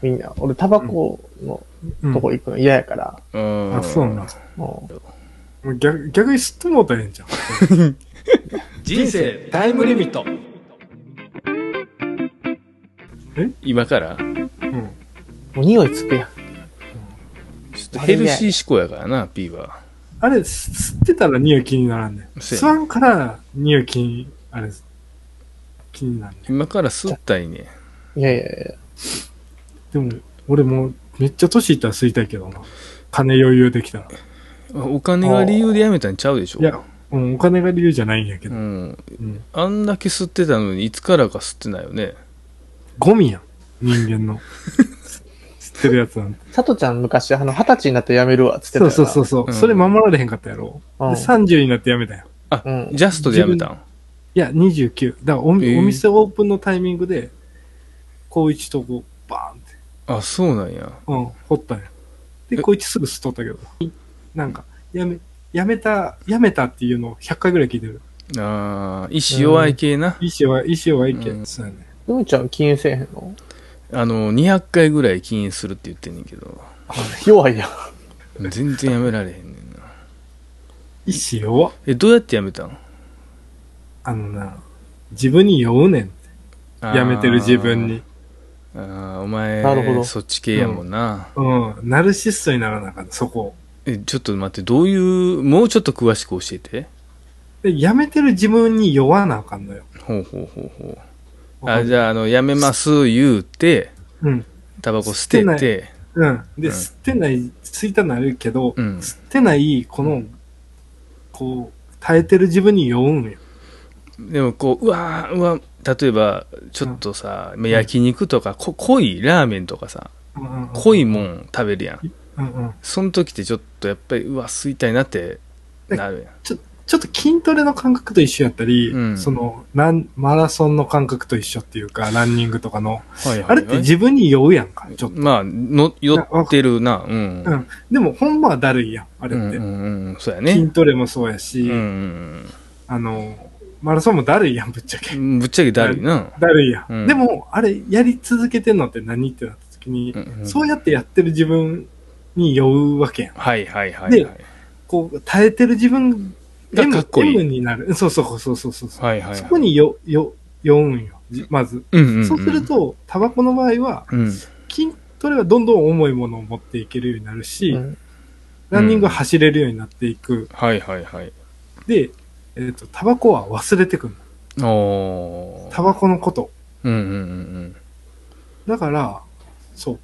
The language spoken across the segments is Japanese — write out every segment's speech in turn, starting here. みんな。俺、タバコのうんとこ行くの嫌やから、うん。あ、そうな。ももう逆逆に吸ってもうたらええんじゃん。人生タイムリミット。え今からうう、ん。もう匂いつくやん。ちょっとヘルシー思考やからな、P は。あれ、す吸ってたら匂い気にならんねん。せや吸わんから匂い気に、あれ、気になるね今から吸ったいね。いやいやいや。ん。でも、俺もうめっちゃ年いったら吸いたいけどな。金余裕できたら。お金が理由でやめたんちゃうでしょいや、うん、お金が理由じゃないんやけうど。ん。うん。あんだけ吸ってたのに、いつからか吸ってないよね。ゴミやん。人間 の。吸ってるやつなんて。さとちゃん昔、あの、二十歳になって辞めるわ、つってたそようなそうそう。そううんそれ守られへんかったやろ。でうん30になってやめたやん。あ、うんジャストでやめたんいや、29。だからお,、えーお店オープンのタイミングで、高一とこう、バーンって、あ、そうなんや。うん、掘ったんや。で、え高一すぐ吸っとったけど、なんか、やめ、やめた、やめたっていうのを100回ぐらい聞いてる。ああ、意志弱い系な。意思は、意思はいけ、うんそうやね。ふみちゃん禁煙せえへんの あの、200回ぐらい禁煙するって言ってんねんけど、弱いやん。全然やめられへんねんな。意思弱え、どうやってやめたんあのな、自分に酔うねんって。あーやめてる自分に。あーお前なるほどそっち系やもんな、うん、ナルシストにならなあかった、そこ。えちょっと待ってどういうもうちょっと詳しく教えてで、やめてる自分に酔わなあかんのよ。ほうほうほうほうわかあるじゃああのやめます言うてうん。タバコ捨て捨ててうん。で、うん吸ってない、吸いたなるけど、うん吸ってない、この、こう、耐えてる自分に酔うんよ。でもこううわーうわ例えばちょっとさ、焼肉とかこ濃いラーメンとかさ濃いもん食べるやんうんうん。その時ってちょっとやっぱりうわ吸いたいなってなるやんちょっと筋トレの感覚と一緒やったり、うんそのラン、マラソンの感覚と一緒っていうか、ランニングとかの。はいはいはいあれって自分に酔うやんか、ちょっと。まあの酔ってるなうんうん。でも、ほんまはだるいやん、あれうっんて。うんうんそうや筋ねトレもそうやうんし、うんあの、マラソンもだるいやん、ぶっちゃうけ。 んぶっちゃけだるいなだるいやん。うんでも、あれ、やり続けてんのって何ってなった時に、うんうんそうやってやってる自分に酔うわけやん。はいはいはい、はい。でこう、耐えてる自分が M かっこいい M になる。そうそうそうそうそう。はいはいはい。そこによ、よ、酔うんよ。じまず。うんうんうん、そうすると、タバコの場合は、うん、筋トレはどんどん重いものを持っていけるようになるし、うんランニングは走れるようになっていく。はいはいはい。で、えっ、と、タバコは忘れてくる。おー。タバコのこと。うんうんうんだから、そう。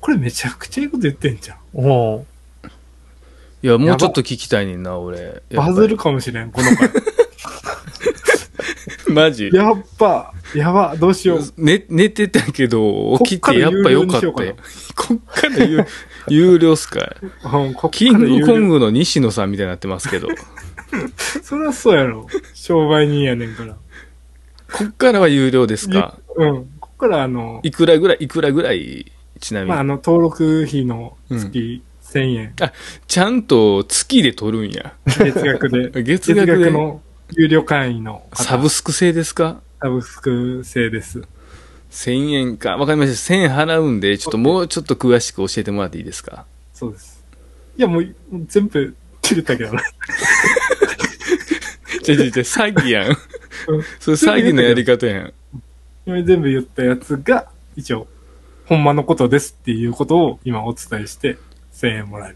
これめちゃくちゃいいこと言ってんじゃん。もう、うん。いや、もうちょっと聞きたいねんな、俺。やっぱバりズる。かもしれん、この回。 マジ。やっぱ、やば、どうしよう。寝、寝てたけど、起きてやっぱよかったよ。 こっか ら有有料っすかいうんこっキンから言うグコングの西野さんみたいになってます けど、そりゃそうやろ。商売人やねんから。こっからは有料ですかうん。こっからあの、いくらぐらい、いくらぐらい、ちなみに。まあ、あの、登録費の月1000円、 ちゃんと月で取るんや。月額で、 月月額で額の有料会員の方サブスク制ですかサブスク制です。 1000円か。わかりました。1000円払うんで、ちょっともうちょっと詳しく教えてもらっていいですか そうです。いや、もう、もう全部切れたけど な。ちょちょちょ、詐欺 やんうん。それ詐欺のやり方 やん。今全部言ったやつが、一応、ほんまのことですっていうことを今お伝えして、1000円もらえ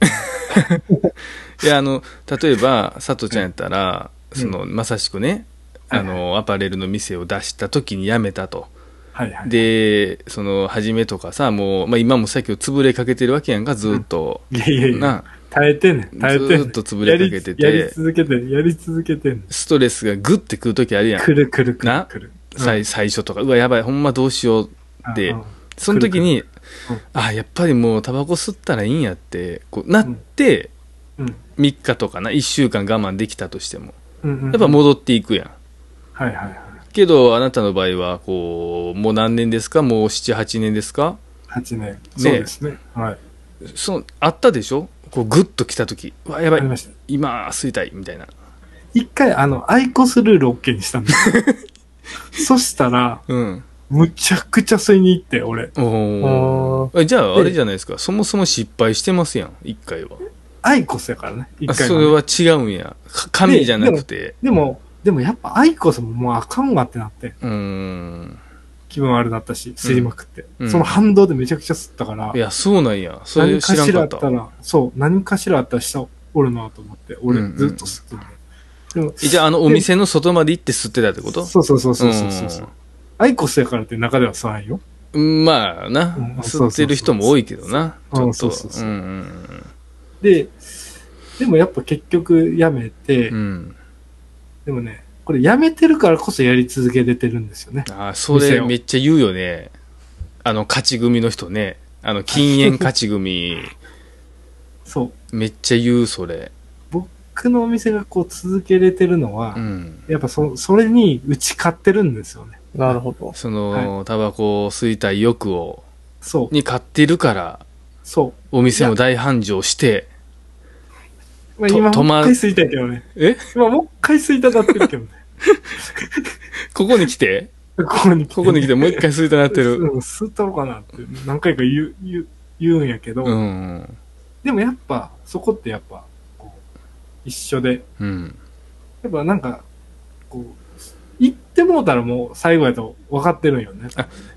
る。 いや、あの、例えば、佐藤ちゃんやったら、その、まさしくね、あの、アパレルの店を出した時に辞めたと。はいはい。で、その、初めとかさ、もう、まあ今もさっき潰れかけてるわけやんか、ずっと。いやいやいや、な、耐えてんねん。耐えてんねん。ずーっと潰れかけててやりやり続けてん、やり続けてんねん。ストレスがグッてくる時あるやん。くるくるくなるくる。さい最初とか、うわ、やばい、ほんまどうしようってうんうんその時にくるくる、あ、やっぱりもうタバコ吸ったらいいんやって、こうなって、うん3日とかな、1週間我慢できたとしても、うんうんうんやっぱ戻っていくやん。はいはいはい。けど、あなたの場合は、こう、もう何年ですかもう7、8年ですか8年。そうですね。はい。その、あったでしょこう、グッと来た時、うわ、やばありまい、した。今、吸いたい、みたいな。 一回、あの、アイコスルール OK にしたんですよそしたら、うん。むちゃくちゃ吸いに行って、俺。おーえじゃあ、あれじゃないですか。そもそも失敗してますやん、一回は。アイコスやからね、一あ回そ目れは違うんや。か紙じゃなくて。でも、でもやっぱアイコスももうあかんわってなって、うーん。気分悪なったし、吸いまくって。うんその反動でめちゃくちゃ吸ったからい、や、そうなんや。それ何か知らんしらかあっ。ったたら、そう、何かしらあったら下おるなと思って、俺うんうんうんずっと吸ってて。でもえじゃあ、あの、お店の外まで行って吸ってたってことそうそうそうそうそうそうそう。アイコスやからって中では吸わんよ。うんまあなうん、吸ってる人も多いけどな、ちそょうっそと。うそううそうんうんで、でもやっぱ結局やめて、うんうん。でもね、これやめてるからこそやり続けれてるんですよね。あーそ店れをめっちゃ言うよね。あの、勝ち組の人ね。あの、禁煙勝ち組、そう。めっちゃ言う、それ。僕のお店がこう続けれてるのは、うん。やっぱそそれに打ち勝ってるんですよね。なるほど。その、タバコを吸いたい欲を、そう。に買ってるから、そお店も大繁盛して、う。まあ、と今止もうま一回吸いたいけどね。え今もう一回吸いたなってるけどね。 ここに来てここに来て。ここに来てもう一回吸いたな ってる。うん、吸ったろかなって何回か言う、言う、言うんやけど、うん。でもやっぱ、そこってやっぱ、こう、一緒で、うん。やっぱなんか、こう、行ってもうたらもう最後やと分かってるんよね。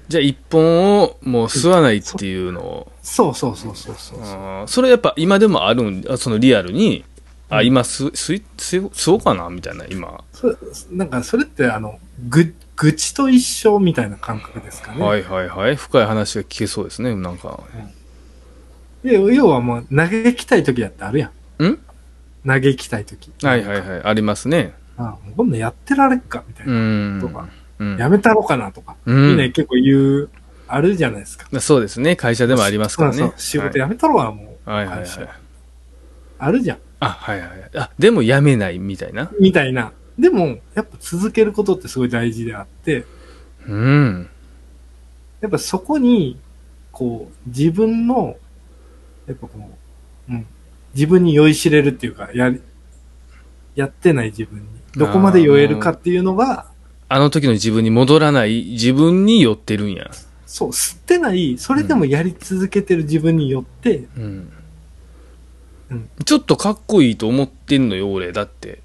じゃあ、一本をもう吸わないっていうのを。そうそうそうそうそう。あーそれやっぱ今でもあるんあそのリアルにあ今すすす吸おうかなみたいな今、そなんかそれってあの、ぐ、愚痴と一緒みたいな感覚ですかね。はいはいはい深い話が聞けそうですねなんかで要はもう嘆きたい時だってあるやん。ん嘆きたい時。はいはいはいありますねああもうこんなんやってられっか、みたいうな。んとかうんやめたろかなとか。うんみんな結構言う、あるじゃないですか。そうですね会社でもありますからねそうそう仕事やめたろかな、もう。はいはいはいはいあるじゃん。あはいはいはいあでもやめないみたいなみたいな。でも、やっぱ続けることってすごい大事であって、うんやっぱそこに、こう、自分の、やっぱこう、うん、自分に酔いしれるっていうか、やり、やってない自分に、どこまで酔えるかっていうのが、あの時の自分に戻らない自分に寄ってるんやそう、吸ってない、それでもやり続けてる自分によって、うんうんちょっとかっこいいと思ってんのよ俺だって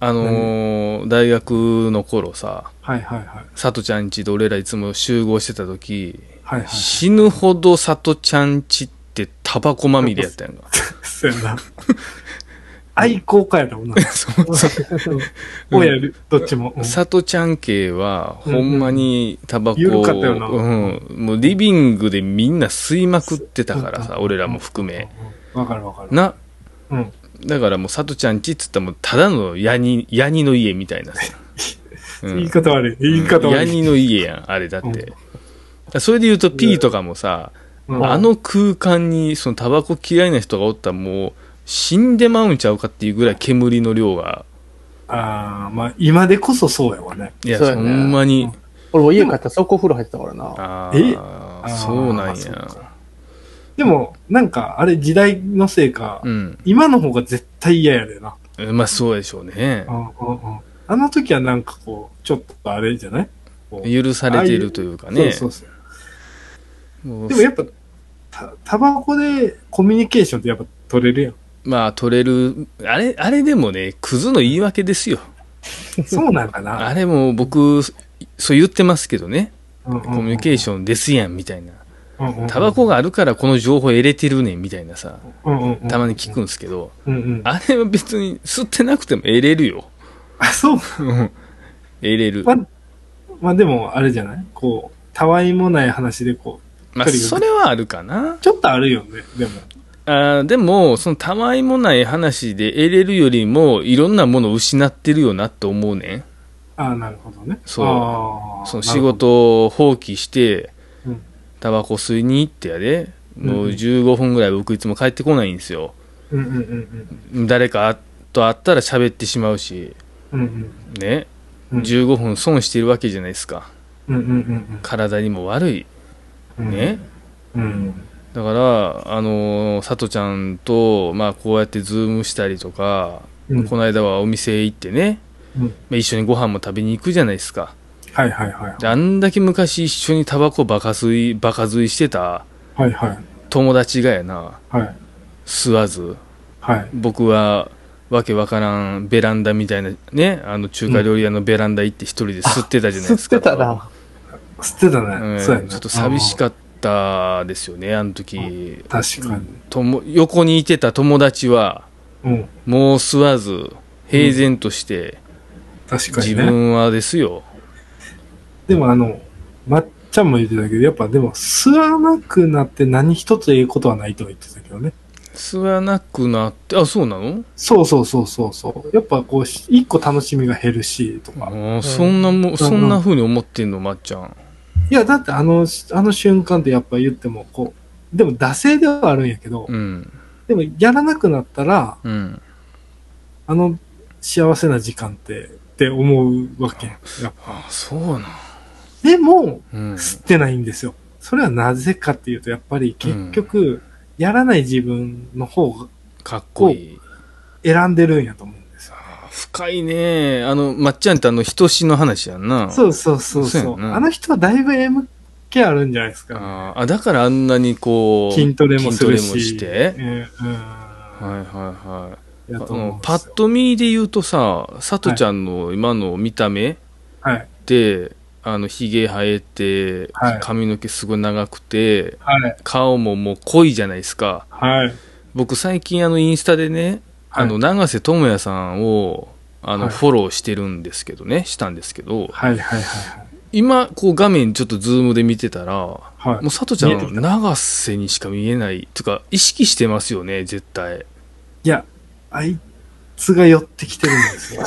あのー大学の頃さはいはいはい。さとちゃんちと俺らいつも集合してた時、はいはい。死ぬほどさとちゃんちってタバコまみれやったやんか そうやな。愛好家やったもんな。 そうそううん 親やる、どっちも。うんさとちゃん系はほんまにタバコを、緩かったよなうん、もうリビングでみんな吸いまくってたからさうん俺らも含めうんわかるわかる。なうん。だからもうさとちゃんちっつったらもうただのヤニヤニの家みた いなさ、うん言い方悪い。言い方ヤ悪い。ニの家やん、あれだって。うんだからそれで言うと P とかもさ、うんあの空間にそのタバコ嫌いな人がおったらもう死んでまうんちゃうかっていうぐらい煙の量が、ああ、まあ、今でこそそうやわね。いや、そうやほねんまに、俺も家帰ったらそこお風呂入ってたからな。あえあ、そうなあーんやそ。うかでも、なんか、あれ時代のせいか、うん。今の方が絶対嫌やでな。まあそうでしょうねう。んうんうん。あの時はなんかこう、ちょっとあれじゃないこう許されてるというかね。そうそうそもう。うでもやっぱ、た、タバコでコミュニケーションってやっぱ取れるや ん。まあ取れる、あれ、あれでもね、クズの言い訳ですよ。そうなんかな。あれも僕、そう言ってますけどね。コミコミュニケーョションですやん、みたいな。ンタバコがあるからこの情報得れてるねんみたいなさ、たまに聞くんですけど、うんうん。あれは別に吸ってなくても得れるよ。あ、そう。うん得れるま。あ、まあでも、あれじゃないこう、たわいもない話でこう、まあ、それはあるかな。ちょっとあるよね、でも。あーでも、そのたまいもない話で得れるよりも、いろんなものを失ってるよなって思うねん。ああ、なるほどね。そうあーその仕。事を放棄してうん、タバコ吸いに行ってやで、もううん15分ぐらい僕いつも帰ってこないんですよ。なるほどうんうん誰かと会ったら喋ってしまうし、うんうん。うんね、うん。 15分損してるわけじゃないですか。うんうんうん体にも悪い。うん。ね。うん。だから、あのー、さとちゃんと、まあ、こうやってズームしたりとか、うん。この間はお店へ行ってね、うんまあ一緒にご飯も食べに行くじゃないですか。はいはいはい。であんだけ昔一緒にタバコバカ吸い、バカ吸いしてたはいはい。友達がやな、はい。吸わず、はい。僕はわけわからんベランダみたいなね、あの中華料理屋のベランダ行って一人で吸ってたじゃない吸ですっか。てたな。吸ってたうね。んそうやね。ちょっと寂しっかったですよね、あの時。た。確かに。とも横にいてた友達は、うん。もう吸わず、平然として、確か自にね。分はですよ。でもあの、まっちゃんも言ってたけど、やっぱでも吸わなくなって何一つええことはないとは言ってたけどね。吸わなくなって、あ、そうなのそうそうそうそうそう。やっぱこう、一個楽しみが減るし、とか。ああそんなも、そんな風に思ってんの、まっちゃん。いや、だってあの、あの瞬間ってやっぱ言っても、こう、でも惰性ではあるんやけど、うん。でもやらなくなったら、うん。あの幸せな時間って、って思うわけやん。やっぱああそうなん。でも、うん。吸ってないんですよ。それはなぜかっていうと、やっぱり結局、やらない自分の方をかっこいい。選んでるんやと思うんですよ。深いね。あの、まっちゃんってあの、人志の話やんな。う。そうそうそうそうそやう。んなあの人はだいぶ M 系あるんじゃないですか。ああ、だからあんなにこう、筋トレもするし。筋トレもして。えーはいはいはい。うん。やあと思うんのですパよッと見で言うとさ、さとちゃんの今の見た目はい。で、あの、髭生えて、はい髪の毛すごい長くて、はい。顔ももう濃いじゃないですか。はい。僕最近あの、インスタでね、あの、はい長瀬智也さんを、あの、はいフォローしてるんですけどね、したんですけど、はいはいはい今、こう画面ちょっとズームで見てたら、はい。はいもう佐藤ちゃ見えてきん、長瀬にしか見えない。とか、意識してますよね、絶対。いや、あいつが寄ってきてるんですよ。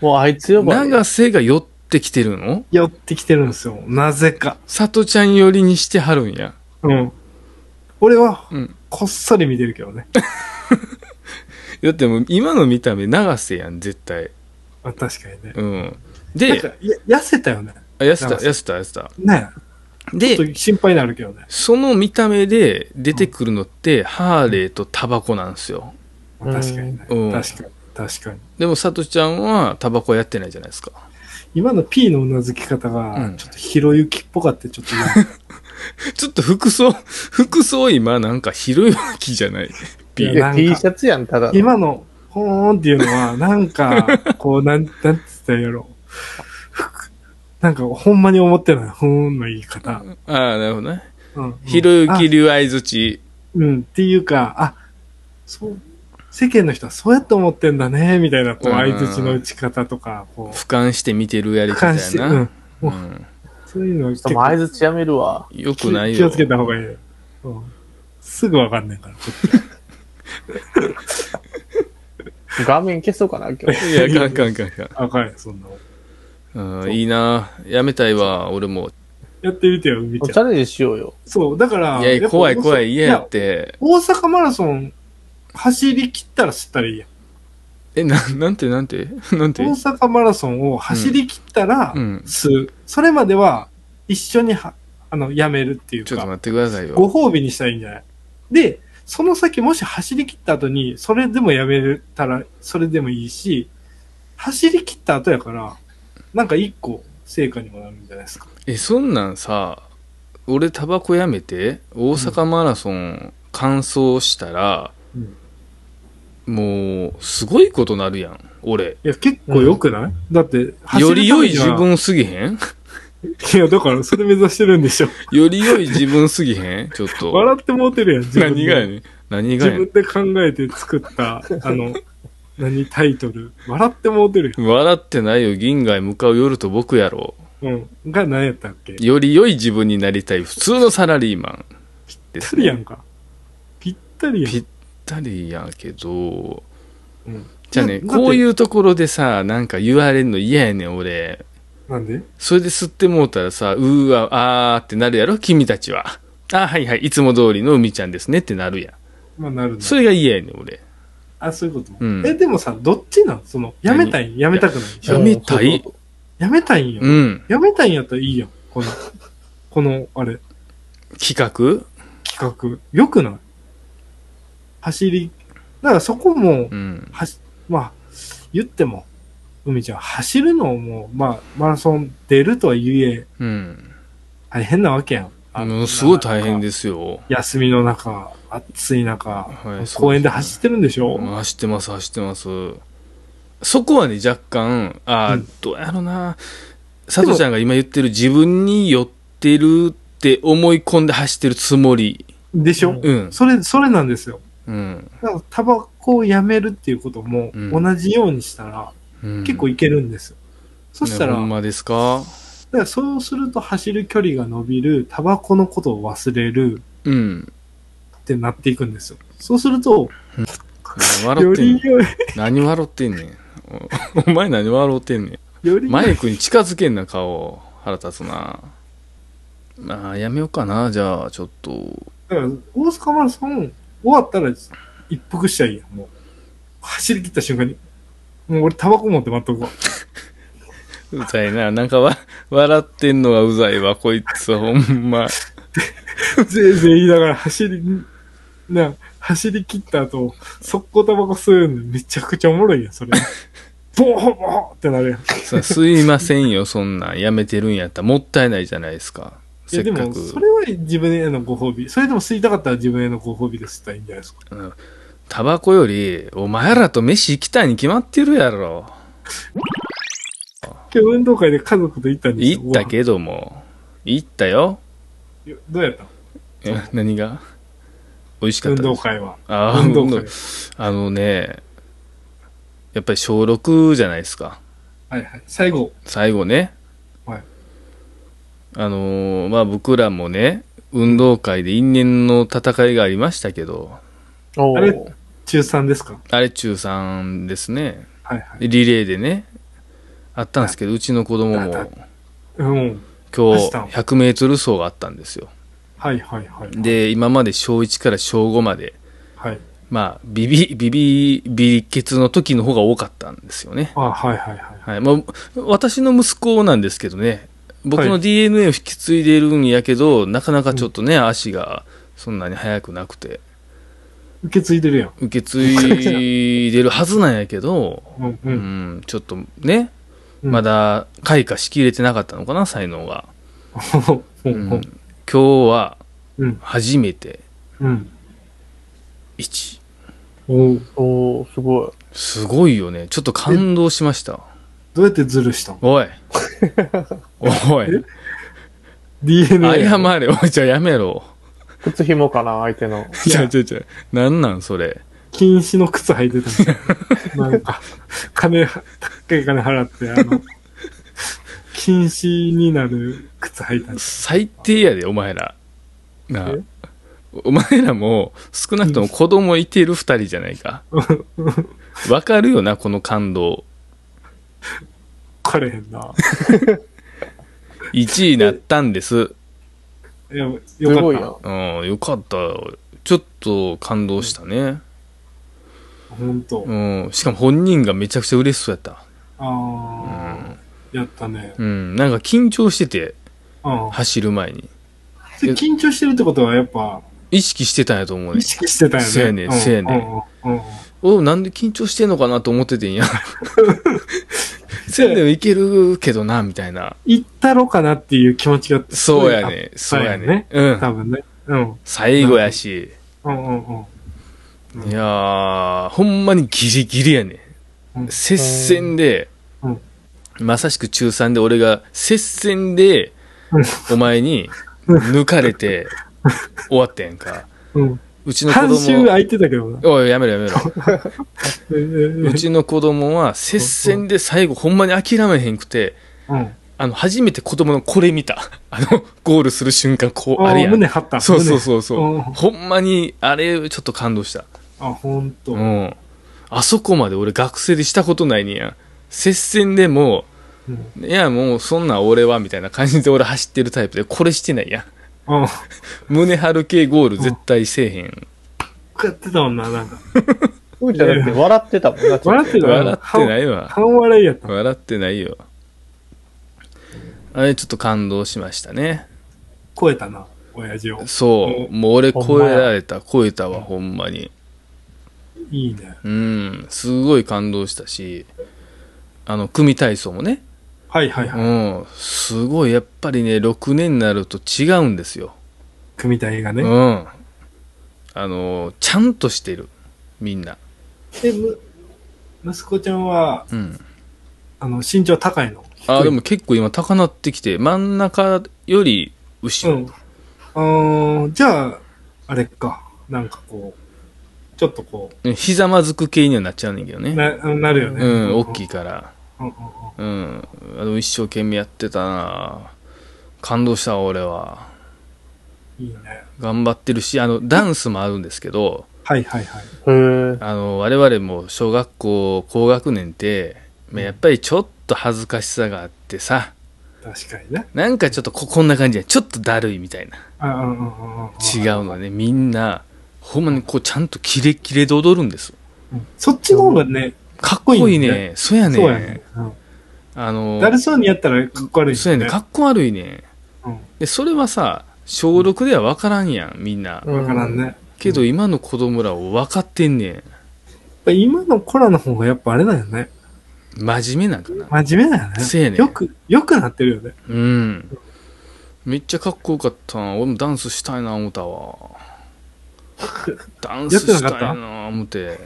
もうあいつ呼ばわり長瀬が寄ってきてるの寄ってきてるんですよ。なぜか。佐藤ちゃん寄りにしてはるんや。うん。俺はうん、こっそり見てるけどね。だってもう、今の見た目、長瀬やん、絶対。あ確かにね。うん。なんで、か、や痩せたよね。あ、痩せた、長瀬痩せた、痩せた。ねちょっで、と心配になるけどね。その見た目で出てくるのって、ハーレーとタバコなんですよ。うん確かにね。うん確かに。確かに。でも、佐藤ちゃんはタバコやってないじゃないですか。今の P のうなずき方うがん、ちょっとひろゆきっぽかってちょっと嫌、ちょっと服装、 服装今、なんか広いわけじゃない。ピーいやなんか T シャツやん、ただの。今の、ほーんっていうのは、なんか、こう、なん、なんて言ったらいいやろ。なんか、ほんまに思ってない。ほーんの言い方。ああ、なるほどね。うんひろゆき。流合図値。あうん。っていうか、あ、そう、世間の人はそうやって思ってんだね、みたいな、こう、うん相槌の打ち方とか、こう、俯瞰して見てるやり俯方瞰して、やうな。ん。う。うんそういうの結ちょっと構前槌やめるわ。よ気くないよ。気をつけた方がいいよ。うんすぐわかんないから。画面消そうかな、 今日。いや、かんかんかんかあかんよ、そんなの。ん。うん、いいな。やめたいわ、俺も。やってみてよ、海チちゃん。ャレンジしようよ。そう、だから。いや、怖い怖い、嫌やっ。ってて。大阪マラソン、走り切ったら吸ったらいいやん。え、なん、なんて、なんて、なんて大。阪マラソンを走り切ったらうん。吸う。それまでは、一緒には、あの、やめるっていうちょっとか、待ってくださいごよ。褒美にしたらいいんじゃないで、その先もし走り切った後に、それでもやめれたら、それでもいいし、走り切った後やから、なんか一個、成果にもなるんじゃないですか。え、そんなんさ、俺タバコやめて、大阪マラソン完走したら、うんもう、すごいことなるやん、俺。いや、結構良くない、だって、より良い走るため自には分すぎへんいや、だから、それ目指してるんでしょ。より良い自分すぎ へんちょっと。笑ってもうてるやん、自分で何がやねん。何が自やね分で考えて作った、あの、何、タイトル。笑ってもうてるん。笑ってないよ。銀河へ向かう夜と僕やろやん。うん。が何やったっけう。より良い自分になりたい普通のサラリーマン。ですぴったりやね。んか。ぴったりやん。ぴったりやけど。うんじゃあね、だだってこういうところでさ、なんか言われんの嫌やねん、俺。なんでそれで吸ってもうたらさ、うーわ、あーってなるやろ、君たちは。あーはいはい、いつも通りの海ちゃんですねってなるやん。まあ、なるな。それが嫌やねん、俺。あ、そういうこと。うんえ、でもさ、どっちなんその、やめたいんやめたくないやめたい。やめたいんよ。うん。やめたいんやったらいいやん。この、 この、あれ、企画企画。良くない走り。だからそこも、うん。はし、まあ、言っても、海ちゃん、走るのも、まあ、マラソン出るとはいえ、うん。大変なわけやん。ものすごい大変で。ですよ。休みの中、暑い中、い公園で走ってるんでしょ、うん走ってます、走ってます。そこはね、若干、あーうんどうやろな。佐藤ちゃんが今言ってる自分に寄ってるって思い込んで走ってるつもり。でしょ、うん。それ、それなんですよ。うん。だからタバコをやめるっていうこともうん同じようにしたら、うん結構いけるんですよ。そしたら、ねほんまですかだからそうすると走る距離が伸びる、タバコのことを忘れるうん。ってなっていくんですよ。そうすると、何笑よってんねりん。良い、何笑ってんねん。お お前何笑ってんねん。より良マいイクに近づけんな、顔。腹立つな。まあ、やめようかな、じゃあ、ちょっと。だから大阪マラソン終わったら一服したらいいやんもう。走り切った瞬間に、もう俺タバコ持って待っとこう。うざいな。なんかわ、笑ってんのがうざいわ、こいつ、ほんま。ぜいぜい言いながら走り、な、走り切った後、速攻タバコ吸うのめちゃくちゃおもろいやん、それ。 ボーボーってなるやん。さすいませんよ、そんなん。やめてるんやったらもったいないじゃないですか。いせやっでかも、く。それは自分へのご褒美。それでも吸いたかったら自分へのご褒美ですったらいいんじゃないですか。うんタバコより、お前らと飯行きたいに決まってるやろ。今日運動会で家族と行ったんですよ。行ったけども。行ったよ。ご飯どうやったのえ何が美味しかっ運た動です。会は。あー運動会運動あのね、やっぱり小6じゃないですか。はいはい。最後。最後ね、はいあのーまあ僕らもね運動会で因縁の戦いがありましたけどおあれー中3ですかあれ中3ですねはいはい。リレーでねあったんですけどうちの子供もああ今うん。日走ったの 100m 走があったんですよはいはいはい。で今まで小1から小5まではい。まあビビビビビリケツの時の方が多かったんですよね、あ、はいはいはい。はいまあ、私の息子なんですけどね僕はのい DNA を引き継いでいるんやけど、なかなかちょっとね、足がそんなに速くなくて受け継いでるやん。受け継いでるはずなんやけど、うんううんん。ちょっとね、うんま。だ開花しきれてなかったのかな才能が、ううんんうん今日はうん。初めてうん。 1おうおーすごい。すごいよねちょっと感動しましたどうやってズルしたの おいおい ?DNA。謝れおいじゃあやめろ靴紐かな、相手の。いちやゃちゃちゃなんなんそれ禁止の靴履いて たのなんか、金、高い金払って、あの、禁止になる靴履いたんです。最低やでお前らなあえお前らも少なくとも子供いてる二人じゃな いかわかるよなこの感動これへんな。 1位になったんですいや、よすかごいっな。うんよかったよちょっと感動したね、た。ほんとう。ん、しかも本人がめちゃくちゃ嬉しそうやったうあん、ー、やったね。うん、なんか緊張しててうん。走る前にで緊張してるってことは、やっぱ、意識してたんやと思うね意識してたよね。せやねうんせやねうんうんうんおなんで緊張してんのかなと思っててんや せやでもいけるけどなみたいな行ったろかなっていう気持ちが。そうや。ね。そうやね。うん。多分ね。うん。最後やし。うんうんうん。うんいやー、ほんまにギリギリやねう。ん接戦でうん、まさしく中3で俺が接戦でうん、お前に抜か れて終わってんか。うん。うちの子半周供、空いてたけどな。おい、やめろやめろ。えーうちの子供は接戦で最後ほんまに諦めへんくて、うん。あの、初めて子供のこれ見た。 あの、ゴールする瞬間、こう、ああれやん。胸張った。そうそうう。そうそう。んほんまに、あれ、ちょっと感動した。あ、ほんと。ううんん。あそこまで俺学生でしたことないねや。接戦でもう、いやもうそんなん俺はみたいな感じで俺走ってるタイプで、これしてないやん。うん。胸張る系ゴール絶対せえへん。こうやってたもんな、なんか。ふーちゃんだって笑ってたもんな。笑ってたよ笑ってないわ。半笑いやった。笑ってないよ。あれちょっと感動しましたね。超えたな、親父を。そう。もう俺超えられた、超えたわ、ほんまに。いいね。うん。すごい感動したし、あの、組体操もね。はいはいはうい。ん。すごい、やっぱりね、6年になると違うんですよ。組体がうね。ん。あの、ちゃんとしてる。みんな。で、む、息子ちゃんは、うん。あの、身長高いの。あ、でも結構今高なってきて、真ん中より後ろ。うん。あーじゃあ、あれか。なんかこう、ちょっとこねひざまずく系にはなっちゃうねんけどう、ね。な、なるよね。うん、大きい。いから。うんうんうんうん。あの、一生懸命やってたな感動したわ俺は。いいね。頑張ってるし、あの、ダンスもあるんですけど、はいはいはい。へえ。あの、我々も小学校、高学年って、まあやっぱりちょっと恥ずかしさがあってさ、確かにね。なんかちょっとこ、こんな感じや。ちょっとだるいみたいな。あうんうんうんうんうん違うのね。みんな、ほんまにこう、ちゃんとキレキレで踊るんです。うんそっちの方がね、かっこいいかっこいね。そうやそうやねね。。うんあの、だるそうにやったらかっこ悪いよね。そうやね。かっこ悪いね。うんで、それはさ、小6では分からんやん、みんな。うんわからんね。やっけど今の子供らを分かってんねぱ今の子らの方がやっぱあれだよね。ん。真面目なんかな。真面目だよね。せやねんよく、よくなってるよね。うん。めっちゃかっこよかったな。俺もダンスしたいな、思ったわ。ダンスしやったてなかいっな、思って。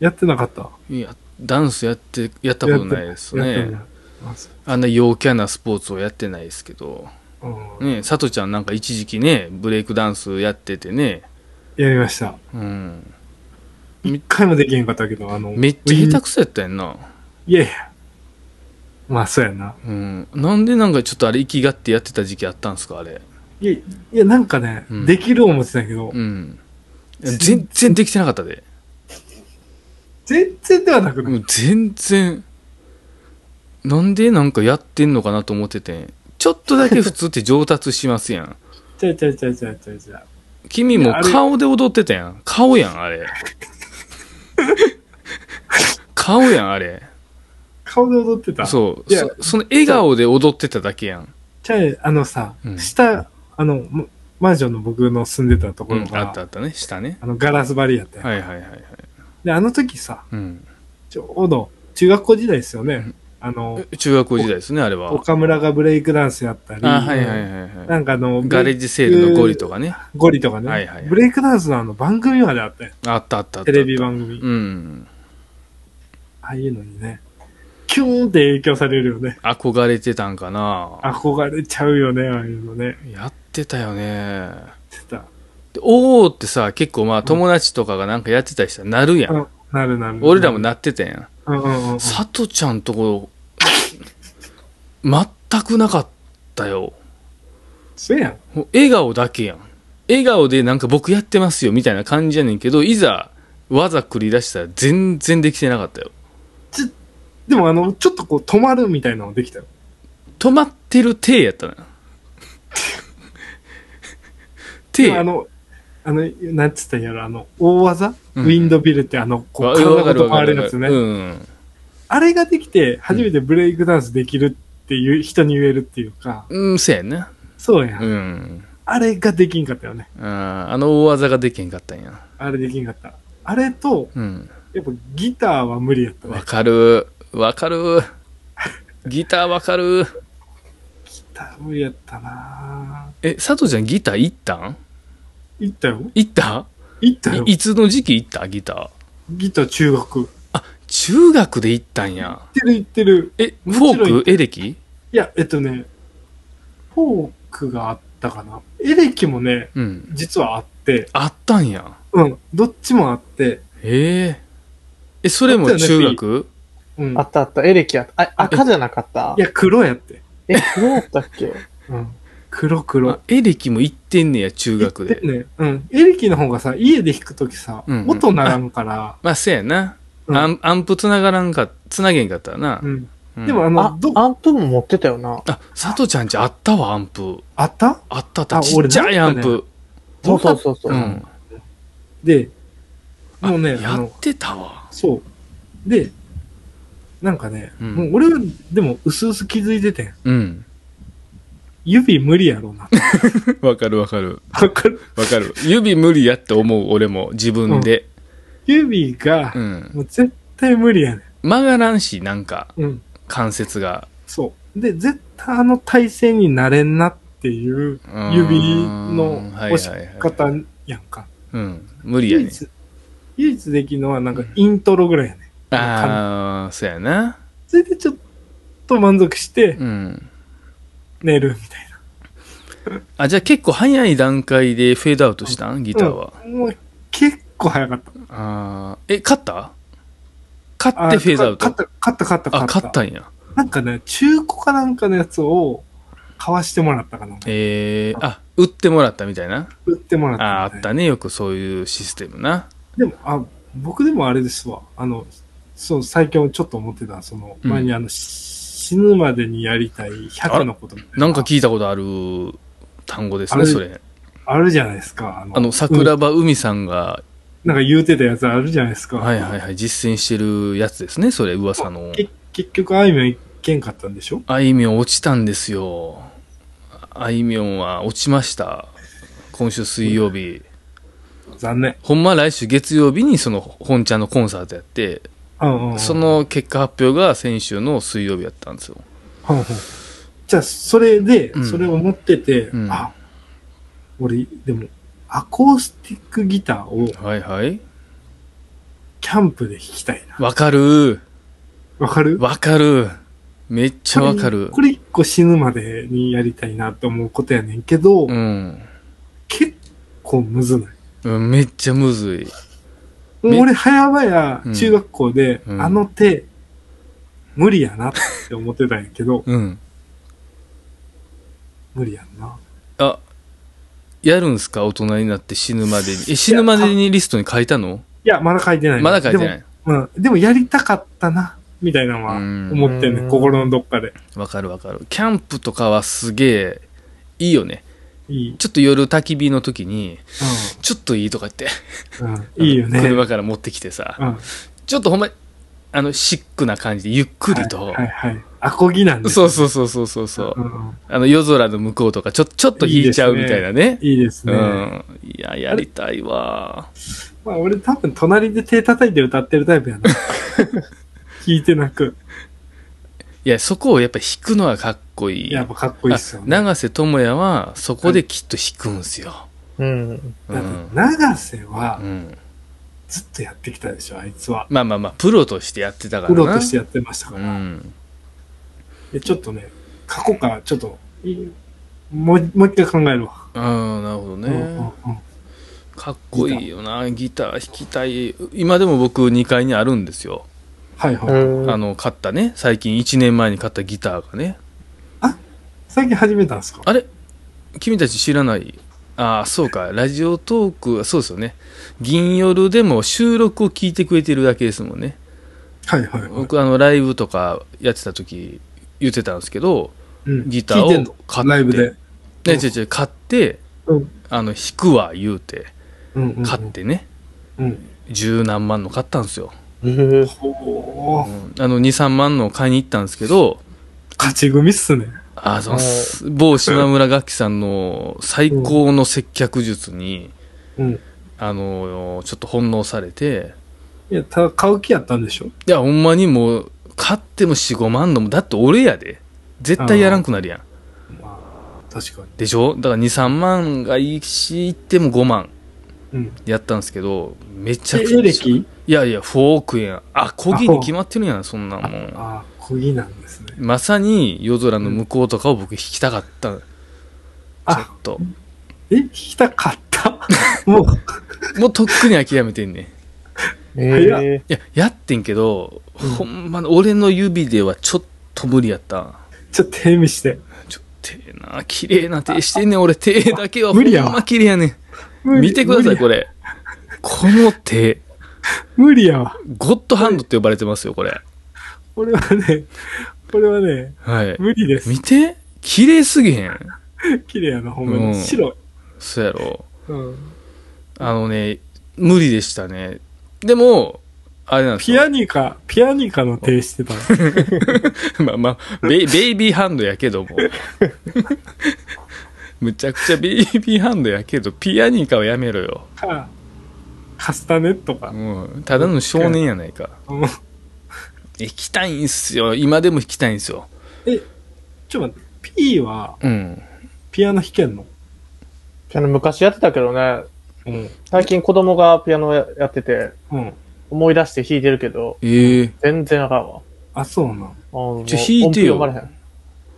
やってなかった。いや、ダンスやって、やったことないですやってねな。いあそあんな陽キャなスポーツをやってないですけど。ううんねさとちゃんなんか一時期ね、ブレイクダンスやっててね。やりました。うん。一回もできへんかったけど、あの、めっちゃ下手くくそやったやんな。いやいや。まあ、そうやな。うん。なんでなんかちょっとあれ、息がってやってた時期あったんすか、あれ。いや、いや、なんかね、うんできる思ってたけどう、ん。全然できてなかったで。全然ではなくない。もう全然。なんでなんかやってんのかなと思っててん。ちょっとだけ普通って上達しますやん。ちゃうちゃうちゃうちゃうちゃうちゃう。君いもやあれ顔で踊ってたやん。顔やん、あれ。顔やん、あれ。顔で踊ってた。う。そう。いやそその笑顔で踊ってただけやん。ちゃう、あのさう、ん下、あの、もマンションの僕の住んでたとこうろん、があった、あったね、下ね。あの、ガラス張りやったやんはいはいはいはい。で、あの時さ、うん。ちょうど、中学校時代ですよね。あの、中学校時代ですね、あれは。岡村がブレイクダンスやったり、あ、はいはいはいはなんかあの、い。ガレージセールのゴリとかね。ゴリとかね、はいはいはいブレイクダンスのあの番組まであったよ。あったあったあった。テレビ番組。うん。ああいうのにね、キューンって影響されるよね。憧れてたんかな憧れちゃうよね、ああいうのね。やってたよね。してた。でおーってさ、結構まあ友達とかがなんかやってたりしたらなるやあん。のなるなる。俺らもなってたやん。うんうんうん。さとちゃんとこ、全くなかったよ。そうやん。もう笑顔だけやん。笑顔でなんか僕やってますよみたいな感じやねんけど、いざ技繰り出したら全然できてなかったよ。でもあの、ちょっとこう止まるみたいなのできたよ。止まってる手やっ たな。手でもあの、あの、なんつったんやろ、あの、大技、うんウィンドビルってあの、こう、わ体かがるわ止かまるるわやかつるね。うん。あれができて、初めてブレイクダンスできるっていう人に言えるっていうか、うん、そうやんな。そうやん。うん。あれができんかったよね。あーあの大技ができへんかったんや。あれできんかった。あれと、うん。やっぱギターは無理やったね。わかる。わかる。ギターわかる。ギター無理やったなえ、佐藤ちゃんギター行ったんぁ。行ったよ行った行ったよいいつの時期行ったギター。ギター中学。行っ中学で行ったんや。てる行ってる。え、フもちろんォークエレキいや、えっとね、フォークがあったかな。エレキもね、うん。実はあって、あったんや。うん、どっちもあって、へえ。え、それも中学うん。あったあった、エレキやった。あ、赤じゃなかったいや、黒やって。え、黒だったっ けうん。黒黒あ。エレキも行ってんねや、中学でで。ね、うん。エレキの方がさ、家で弾くときさ、うんうん音ならんから、まあ、そうやな。うんアンアンプつながらんか、つなげんかったらなう。ん。うんでもああの、ど、、あアンプも持ってたよな。あ、佐藤ちゃんちあったわ、アンプ。ったあったあった。あちっ俺ちゃいアンなんプ。そうそうそうそうう。ん。で、あもうね、あやっの、てたわ。そう。で、なんかね、うんもう俺は、でも、うすうす気づいててん。うん。指無理やろう な。わかるわかる。わかるわかる。指無理やって思う、俺も。自分で。指がう、ん。もう絶対無理やね曲がらんし、なんか。ん。うん。関節が。そう。で、絶対あの体勢になれんなっていううん指のはい押しはいはい方やんか。うん。無理や唯ね。一、唯一できるのはなんかイントロぐらいやね。ああ、そうやな。それでちょっと満足してうん。寝るみたいあ、じゃあ結構早い段階でフェードアウトしたんギターは。な。もう結構早かった。ああ。え、勝ったあ勝ってフェードアウト。勝った、勝った、勝った、あ、勝勝っ。ったたんや。なんかね、中古かなんかのやつを買わしてもらったかな。ええあ、売ってもらったみたいな。売ってもらったああみー、あいったたね。よくそういうシステムな。でも、あ、僕でもあれですわ。あの、そう、最近ちょっと思ってた、その、うん前にあの、死ぬまでにやりたい100のことみたいな。なんか聞いたことある単語ですね、あれそれ。あるじゃないですか。あの、あうの、ん桜庭海さんが、なんか言うてたやつあるじゃないですか。はいはいはい、実践してるやつですね、それ、噂の。け結局、あいみょんいけんかったんでしょあいみょん落ちたんですよ。あいみょんは落ちました。今週水曜日。残念。ほんま来週月曜日にその本ちゃんのコンサートやって、うんうんうんそ、の結果発表が先週の水曜日やったんですよ。うんうんじゃあ、それでう、んそれを持ってて、うんあ、俺、でも、アコースティックギターをはいはい。キャンプで弾きたいな。わかるわかるわかるめっちゃわかる。これ一個死ぬまでにやりたいなと思うことやねんけど、うん。結構むずない。うんめっちゃむずい。もうめ俺、早々う、ん中学校で、うん、あの手、無理やなって思ってたんやけど うん。無理やんな。あ、やるんすか大人になって死ぬまでに。え、死ぬまでにリストに書いたのいや、まだ書いてない。。まだ書いてないい。でも,、うん、でもやりたかったな、みたいなのは思ってんね、うんん心のどっかで。わかるわかる。キャンプとかはすげえ、いいよね。いい。ちょっと夜焚き火の時に、ちょっといいとか言って。うん。うん、いいよね。車から持ってきてさ。うん。ちょっとほんま、あの、シックな感じで、ゆっくりと。はいはい。アコギなんですそううそうそうそうそうそう。んうんあの、夜空の向こうとか、ちょ、ちょっと引いちゃうみたいなね。いいですね。うん。いや、やりたいわ。まあ俺多分隣で手叩いて歌ってるタイプや な。聞いてなく。いや、そこをやっぱ弾くのはかっこいい。やっぱかっこいいっすよあね。永瀬智也はそこできっと弾くんすよ。うん。うだっんて。長瀬はうんずっとやってきたでしょ、あいつは。まあまあまあ、プロとしてやってたからプな。ロとしてやってましたかうら。ん。でちょっとね、過去からちょっと、もう、もう一回考えるわ。ああ、なるほどうんうんね。かっこいいよな。ギター弾きたい。今でも僕2階にあるんですよ。はいはい。うんあの、買ったね。最近1年前に買ったギターがね。最近始めたんですかあれ君たち知らないああ、そうか。ラジオトーク、そうですよね。銀夜でも収録を聞いてくれてるだけですもんね。はいはいはい。僕、あの、ライブとかやってた時言ってたんですけど、うんギターを聞いてんの買ってライブで。ね、うん違う違う、買って、うんあの、弾くわ、言うて、うんうんうん買ってね、うん。十何万の買ったんですよ。うんおうーんあの、二、三万の買いに行ったんですけど、勝ち組っすね。あの、す某島村楽器さんの最高の接客術に、うん。あの、ちょっと翻弄されて、いや、ただ買う気やったんでしょいや、ほんまにもう、買っても四五万のも、だって俺やで。絶対やらんくなるやん。まあ、確かでしょだから二、三万がいいし、行っても五万に。うん。やったんですけど、めちゃえ、くちゃ。エレキいやいや、フォークやん。あ、こぎに決まってるやん、そんなんもん。ああ、小木なんですね。まさに夜空の向こうとかを僕弾きたかった。ちょっあ、と。え、弾きたかった もう、もうとっくに諦めてんねん。いええや、やってんけど、うんほんまの俺の指ではちょっと無理やった。ちょっと手見して。ちょっと手な、綺麗な手してんねん。俺手だけはほ無ん理やわま綺麗やねん。見てください、これ。れ。この手、無理やわ。ゴッドハンドって呼ばれてますよ、これ。これはね、これはね、はい。無理です。見て綺麗すぎへん。綺麗やな、ほんまに。うん白い。そうやろ。うん。あのね、無理でしたね。でも、あれなんですピよ。アニカ、ピアニカの手して たの。まあまあベイ、ベイビーハンドやけども。 むちゃくちゃベイビーハンドやけど、ピアニカはやめろよ。か、カスタネットか。うん。ただの少年やないか。うん行きたいんすよ。今でも弾きたいんすよ。ちょっと待って、P はうん。ピアノ弾けんのピアノ昔やってたけどね、うん。最近子供がピアノややってて、うん。思い出して弾いてるけど、ええ全然あかんわ。あ、そうなん。あのちょ弾いてよ音符読まれへん。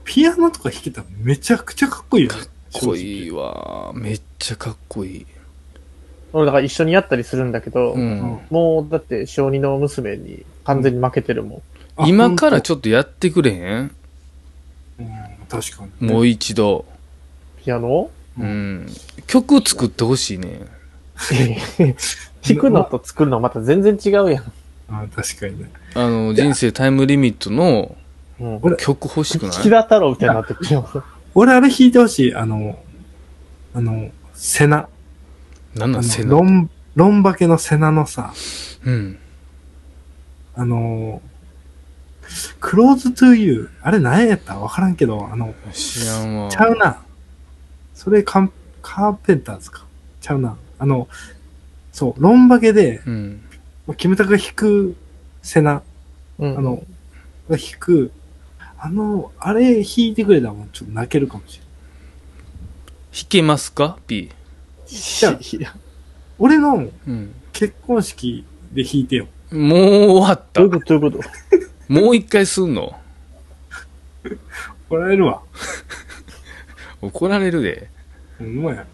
ピアノとか弾けたらめちゃくちゃかっこいいよ。かっかっこいいわ。めっちゃかっこいい。俺だから一緒にやったりするんだけど、うん。もうだって小児の娘に完全に負けてるもん。今からょちょっとやってくれへんうん、確かに。もう一度。ピアノうん。曲作ってほしいね。 弾くのと作るのまた全然違うやん。あ確かにね。あの、人生タイムリミットのうん俺曲欲しくない木田太郎みたいになってくるよ。俺 あれ弾いてほしい。あの、あの、セナ。なんなあのんせロな。ン、ロンバケのセナのさ、うん。あのー、クローズトゥーユー。あれ何やったわからんけど、あの、知らんわち。ゃうな。それカン、カーペンターズか。ちゃうな。あの、そう、ロンバケで、うん。キムタクが弾くセナ、うあん。の、が弾く、あの、あれ弾いてくれたらもうちょっと泣けるかもしれない。弾けますか ?P。 し俺のうん。結婚式で弾いてよ。もう終わったどういう。ことどういうこともう一回すんの怒られるわ。怒られるで。ほんまや。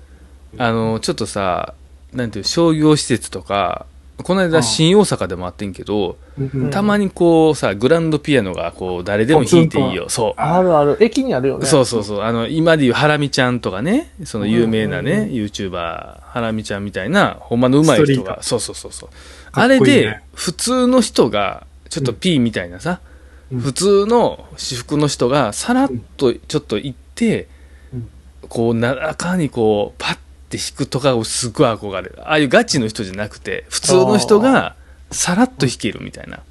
あの、ちょっとさ、なんていう、商業施設とか、この間新大阪でもあってんけど、んたまにこうさ、グランドピアノがこう、誰でも弾いていいよ。そう。あるある。駅にあるよね。。そううそうそう。あの、今で言うハラミちゃんとかね、その有名なうんうんね、YouTuber、ハラミちゃんみたいな、ほんまの上手い人ストリーが、トそうそうそうそう。かあっこいれいねで、普通の人が、ちょっと P みたいなさ、うん普通の私服の人が、さらっとちょっと行って、うんこう、ならかにこう、パッて弾くとかをすごい憧れる。ああいうガチの人じゃなくて、普通の人が、さらっと弾けるみたいな。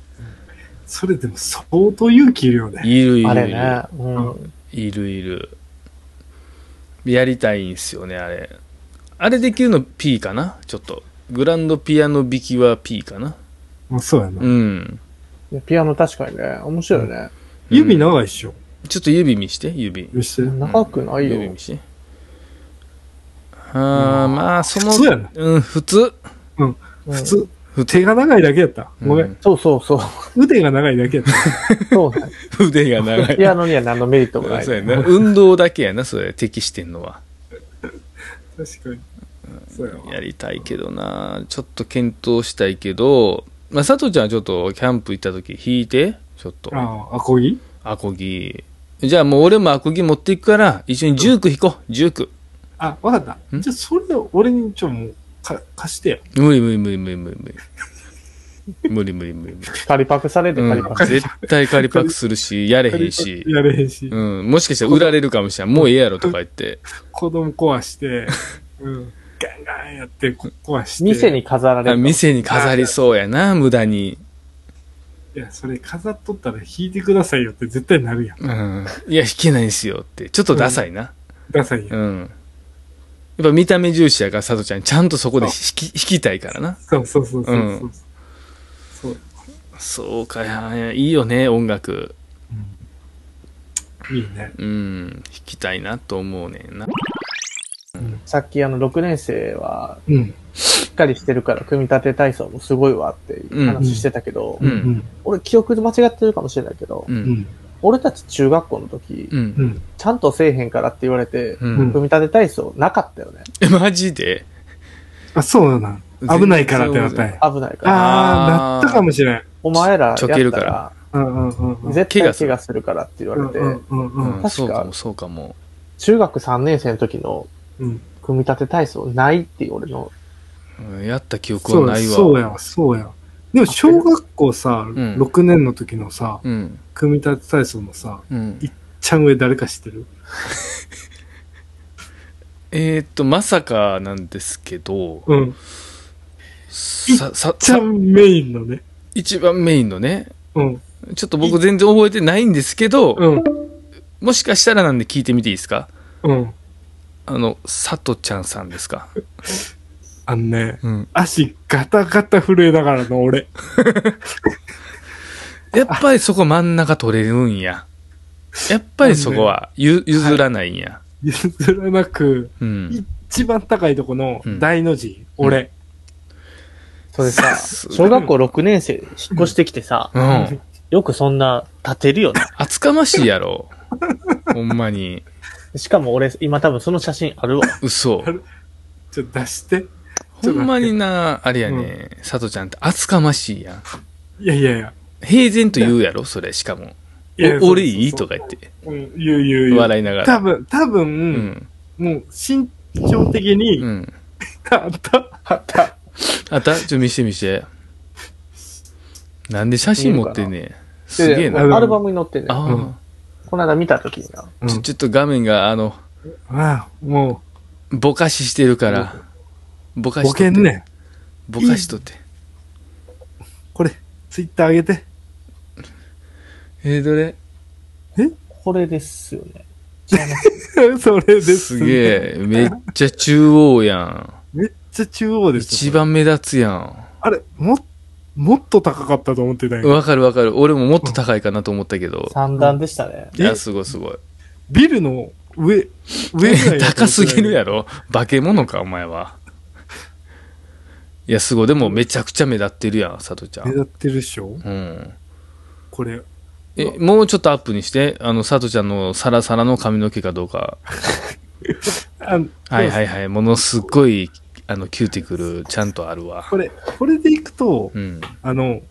それでも相当勇気いるよね。いるいるいる。あれね。うん。いるいる。やりたいんすよね、あれ。あれできるの P かなちょっと。グランドピアノ弾きは P かなもうそうやな。うん。いやピアノ確かにね。面白いよね。指長いっしょ。ちょっと指見して、指。よして。長くない指よ見。して。あー、うんまあ、その、普通やなうん、普通。うん普通。手が長いだけやった。ごめ。うんそうそうそう。 腕が長いだけやった。そうね。腕が長い。ピアノには何のメリットもない。そうやな。運動だけやな、それ、適してんのは。確かに。そうやわやりたいけどなちょっと検討したいけど、まあ、佐藤ちゃんはちょっと、キャンプ行った時弾いて、ちょっと。ああ、アコギアコギ。じゃあもう俺もアコギ持っていくから、一緒にジューク弾こう。ジューク。あ、わかった。んじゃあ、それを俺にちょ、もう、か、貸してよ。無理無理無理無理無理無理。無理無理無理無理。仮パクされてう仮んパ、ク。絶対仮パクするし、やれへんし。やれへんしう。ん、もしかしたら売られるかもしれん。もうええやろとか言って。子供壊 して、うん。ガンガンやって、こ壊して。店。に飾られある。店に飾りそうやな、無駄に。いや、それ飾っとったら弾いてくださいよって絶対なるやん。うん。いや、弾けないんすよって。ちょっとダサいな。ダサいや。うんん。やっぱ見た目重視やから、佐藤ちゃん、ちゃんとそこで弾き、弾きたいからな。そうそうそうそううんそう。そうそうかや、いいよね、音楽。いいね。うん、弾きたいなと思うねんな。さっきあの6年生はうん。しっかりしてるから組み立て体操もすごいわっていう話してたけど、うんうん。俺記憶間違ってるかもしれないけど、う。うんん。俺たち中学校の時、うん。うん。ちゃんとせえへんからって言われて、うん。組み立て体操なかったよね。え、マジであ、そうだな。危ないからってなったんや。危ないから。ああ、なったかもしれん。お前らやっちょた、ちょけるからうんうんうんうん。絶対怪怪我我するからって言わうれんて、うんうんううんん、かそうかも、そうかも。全中学3年生の時のうん。組み立て体操ないっていう俺の、うんやった記憶そうはやないわ。そうやわ、そうやわ。でも、小学校さ、ん6年の時のさ、うん。組み立て体操のさ、うん。ちゃん上誰か知ってるえーっと、まさかなんですけど、うん。さ、さ、ちゃさ、んメインのね。一番メインのね、うん。ちょっと僕全然覚えてないんですけど、うん。もしかしたらなんで聞いてみていいですかうん。あの、さとちゃんさんですかあのね、うん。 足ガタガタ震えながらの俺。やっぱりそこ真ん中取れるんや。やっぱりそこはゆ譲らないんや。譲らなく、うん。一番高いとこのうん大の字、俺。それさ、す小学校6年生で引っ越してきてさ、うん。よくそんな立てるよね。厚かましい やろ。ほんまに。しかも俺、今多分その写真あるわ。嘘。 ちょっと出して。ほんまにな、あれやね、佐藤ちゃんって厚かましいやん。いやいやいや。平然と言うやろ、それ、しかも。いやお俺いいそうとそうか言って、そう。うん、言う言う言う。笑いなが多ら。分、多う分、ん。もう身長的に、うん。あった、あった。あったちょっと見して見して。なんで写真持ってんねん。すげえでな。アルバムに載ってんねんあうあん。この間見たときにな。うんちょ、ちょっと画面が、あの、ああ、もぼかししてるから。ぼう、かしボとって。ケんねん。ぼかしとって。これ、ツイッター上げて。 えー、どれこれですよね。それです。すげえ。めっちゃ中央やん。めっちゃ中央です。一。番目立つやん。あれ、も、もっと高かったと思ってたんやけどわかるわかる。俺ももっと高いかなと思ったけど。三段でしたね。いや、すごいすごい。ビルの上、上ぐらいやと思ってたんやけど 高すぎるやろ。化け物か、お前は。いや、すごい。でも、めちゃくちゃ目立ってるやん、佐藤ちゃ目ん。立ってるっしょうん。これ。え、もうちょっとアップにして、あの、佐藤ちゃんのサラサラの髪の毛かどうか。あはいはいはい。ものすごい、あの、キューティクル、ちゃんとあるわこ。れ、これでいくと、うん。あの、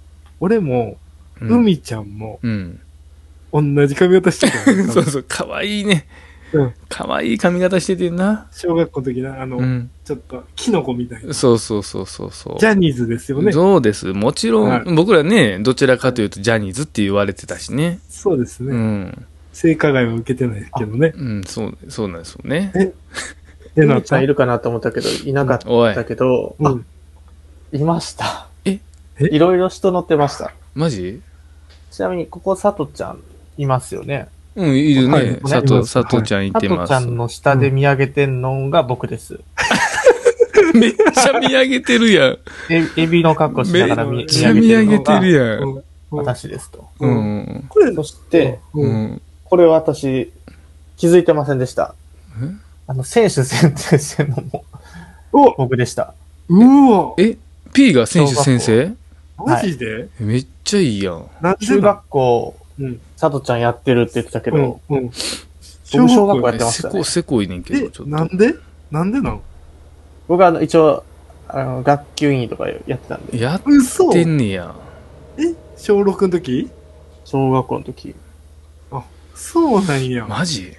俺も、うん海ちゃんも、うん。同じ髪型してたよね そうそう、かわいいねうん。かわいい髪型しててんな。小学校の時な、あの、うん。ちょっと、キノコみたいな。そうそうそうそうそう。ジャニーズですよね。そうです。もちろん、はい僕らね、どちらかというとジャニーズって言われてたしね。そうですね。うん。性加害は受けてないけどね。うん、そう、そうなんですよね。えみなっーちゃたんい。るかなと思ったけど、いなかっおい、たけど、うあん。いました。ええいろいろ人乗ってました。マジちなみに、ここ、さとちゃん、いますよね。うん、いるはいね。佐いま藤、す佐藤ちゃんいさてとまちゃす。んの下で見上げてんのが僕です。 めっちゃ見上げてるやん。 えエビの格好しながらめ見っ見ちゃ上げてるの見上げてるがやんうん私ですと。ううんん。これそして、ううんん。これは私、気づいてませんでしたえ。あの、選手選定してんのもお僕でした。うわえ、P が選手先生マジでめっちゃいいやん。なんで中学校、うんさとちゃんやってるって言ってたけうどん、うん。僕小学校やってましせたこ、ね。せこいねんけど、えちょ、っなと。んでなんでなの僕はあの一応、あの、学級委員とかやってたんで、やっ嘘てえんねや。小6の時小学校の時。そうなんや。マジ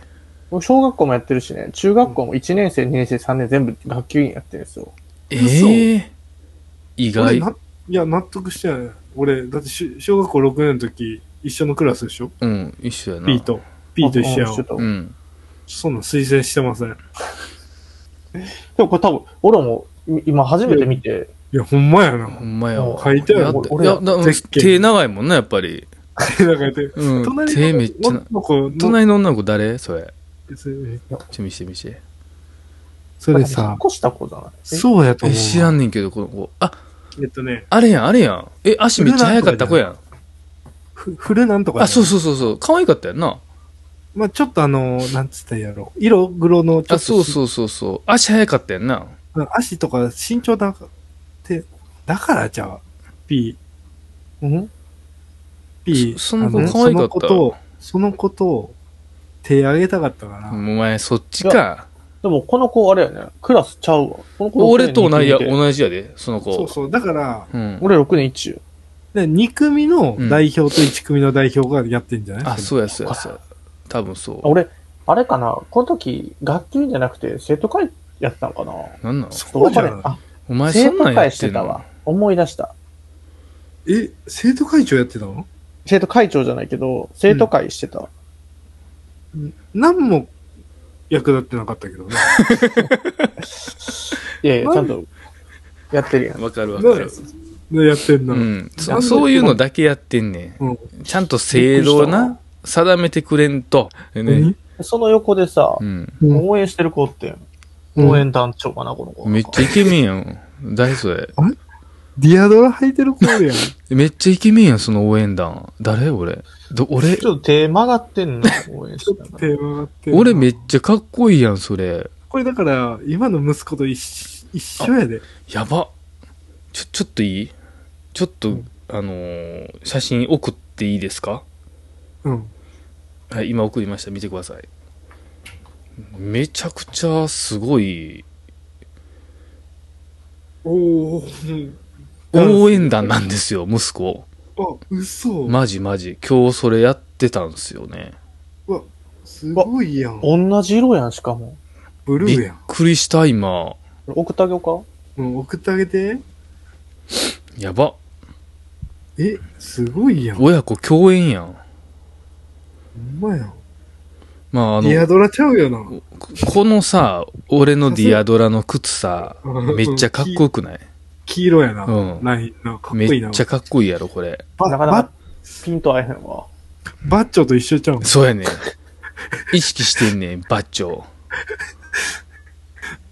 僕小学校もやってるしね、中学校も1年生、2年生、3年全部学級委員やってるんですよ。え嘘え。意俺外。な。いや、納得してない。俺、だってし小学校6年の時、一緒のクラスでしょうん、一緒やな。 ?P と。P と一緒やあんちょっ。とうでん。そんなん推薦してません。もこれ多分、俺もい今初めて見て、いや、ほんまやな。ほんまやわ。うん書いてあやるっもうてい俺やらだうんゼッケン手長いもんな、やっぱり。手なんかやってる。うん隣の手めっちゃな女の子の隣の女の子誰それ。ちょ、見して見して。そなんかれ引っさ、越した子じゃないそうやと思え、うわ。知らんねんけど、この子。あ、えっとね、あれやん、あれやん。え、足めっちゃ速かった子やん。ふ、フルなんとかね。あ、そうそうそうそう。可愛かったやんな。まあちょっとあの、なんつったらいいやろ。色黒の、ちょあ、っとし、そうそうそうそう。足速かったやんな。うん足とか身長だか、て、だからじゃあ、P、うん、 P、そその子あね可愛かっそのた子と、その子と、手あげたかったかおら。前、そっちか。でもこの子あれやね、クラスちゃうわ。この子俺と同じや、六年二組で同じやで、その子。そうそう。だから、うん。俺6年1よ。で2組の代表と1組の代表がやってんじゃない、あ、そうや、そうや、そうや。多分そ俺、あれかな、この時、学級委員じゃなくて生徒会やってたのかなう。なんなのそうじゃちょっなとわかんないおあ、前、生そんな徒んや会っしててんたのわ。思い出した。いえ、生徒会長やってたの生徒会長じゃないけど、生徒会してた。何も役立ってなかったけどね。いやいや、ちマジゃんとやってるやん。わかるわかる。でやってんな。うん。なそんでそういうのだけやってんねうんん。ちゃんと制度をな、定めてくれんと。ね何その横でさう、ん。うん応援してる子って、うん応援団長かな、この子。めっちゃイケメンやん。誰それ。ディアドラ履いてる子お るやん。めっちゃイケメンやん、その応援団。誰俺。ど俺ち、ょっと手曲がってんの、応援ちょしったとら。手曲がってるな俺めっちゃかっこいいやん、それ。これだから、今の息子と一緒一緒やで。やば。ちょ、ちょっといいちょっと、あのー写真送っていいですかうん。はい、今送りました。見てください。めちゃくちゃすごいおお。応援団なんですよ、息子。あ、嘘。マジマジ。今日それやってたんですよね。すごいやん。同じ色やん、しかも。ブルびーっやん。くりした、今。送ってあげようかうん、送ってあげて。やば。え、すごいやん。ほ親子共演やん。んまやん。まあ、あディアの、ドラちゃうよな。このさ、俺のディアドラの靴さ、めっちゃかっこよくない黄色やな。うんラインな。かっこいめいな。っちゃかっこいいやろ、これ。バなかなかピンと合えへんわ。ババッチョと一緒ちゃうん。そうやねん。意識してん ねん、バッチョ。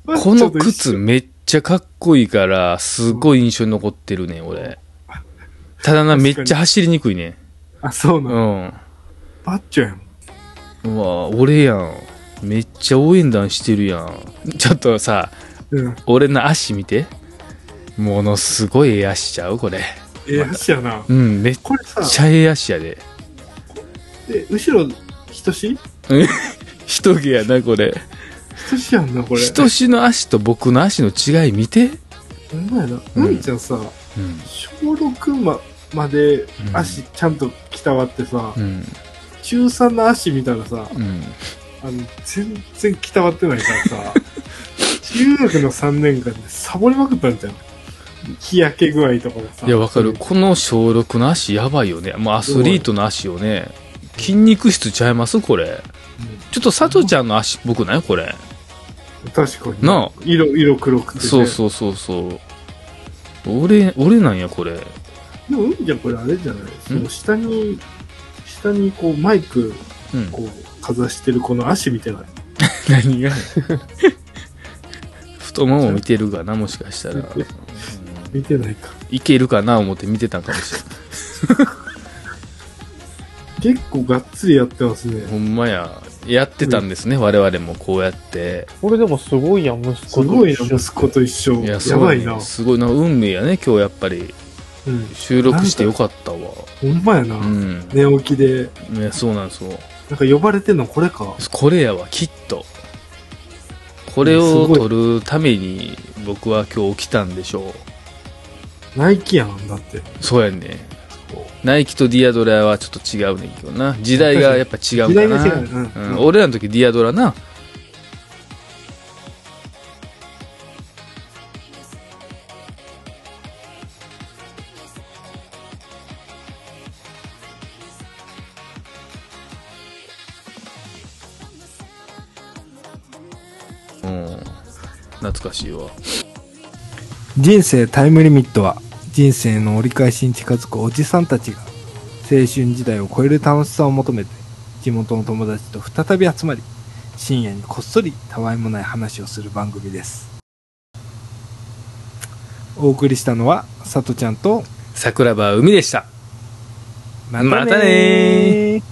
バッチこのョと一緒靴。めっちゃかっこいいから、すごい印象に残ってるねん、俺。ただな、確かめにっちゃ走りにくいねあ、そうなうの。ん。バッチョやん。うわ俺やん。めっちゃ応援団してるやん。ちょっとさ、うん。俺の足見て。ものすごいええ足しちゃうこれ。ええ足やな。うん、めっこれさ、ちゃええ足やで。え後ろ、人し人毛やな、これ。人しやんな、これ。人志の足と僕の足の違い見て。ほんまやな。うん海ちゃんさ、うん。小6ままでん足ちゃんときたわってさ、うん。中3の足見たらさ、うん。あの、全然きたわってないからさ、中学の3年間でサボりまくったんじゃん。日焼け具合とかがさ。いや、わかる。この小6の足やばいよね。もうアスリートの足をね、筋肉質ちゃいますこれ。ちょっと佐藤ちゃんの足っぽくないこれ。うん確かに。なあ色、色黒くて、ね。そうそうそうそう。俺、俺なんや、これ。う。でも、海ちゃんこれあれじゃないその下に、下にこうマイク、 うん。こう、かざしてるこの足見てない。何が 太もも見てるかな、もしか したら。うん見てないか。いけるかな思って見てたんかもしれない。結構がっつりやってますね。ほんまや。やってたんですね、我々もこうやって。これでもすごいやん、息す子ごとい一緒。な、息子と一緒。やそうばいな。すごいな。運命やね、今日やっぱり。うん。収録してよかったわ。ほんまやな。うん。寝起きで、いやそうなんですよ。なんか呼ばれてんのこれか。これやわ、きっと。これうんをすごい撮るために僕は今日起きたんでしょナイキやん、だって。う。そうやね。ナイキとディアドラはちょっと違うねんけどな。時代がやっぱ違う時か代が違うねな。う。うんん、俺らの時ディアドラな。うん。懐かしいわ。人生タイムリミットは人生の折り返しに近づくおじさんたちが青春時代を超える楽しさを求めて地元の友達と再び集まり深夜にこっそりたわいもない話をする番組ですお送りしたのはさとちゃんと桜庭海でした。またねーまたねー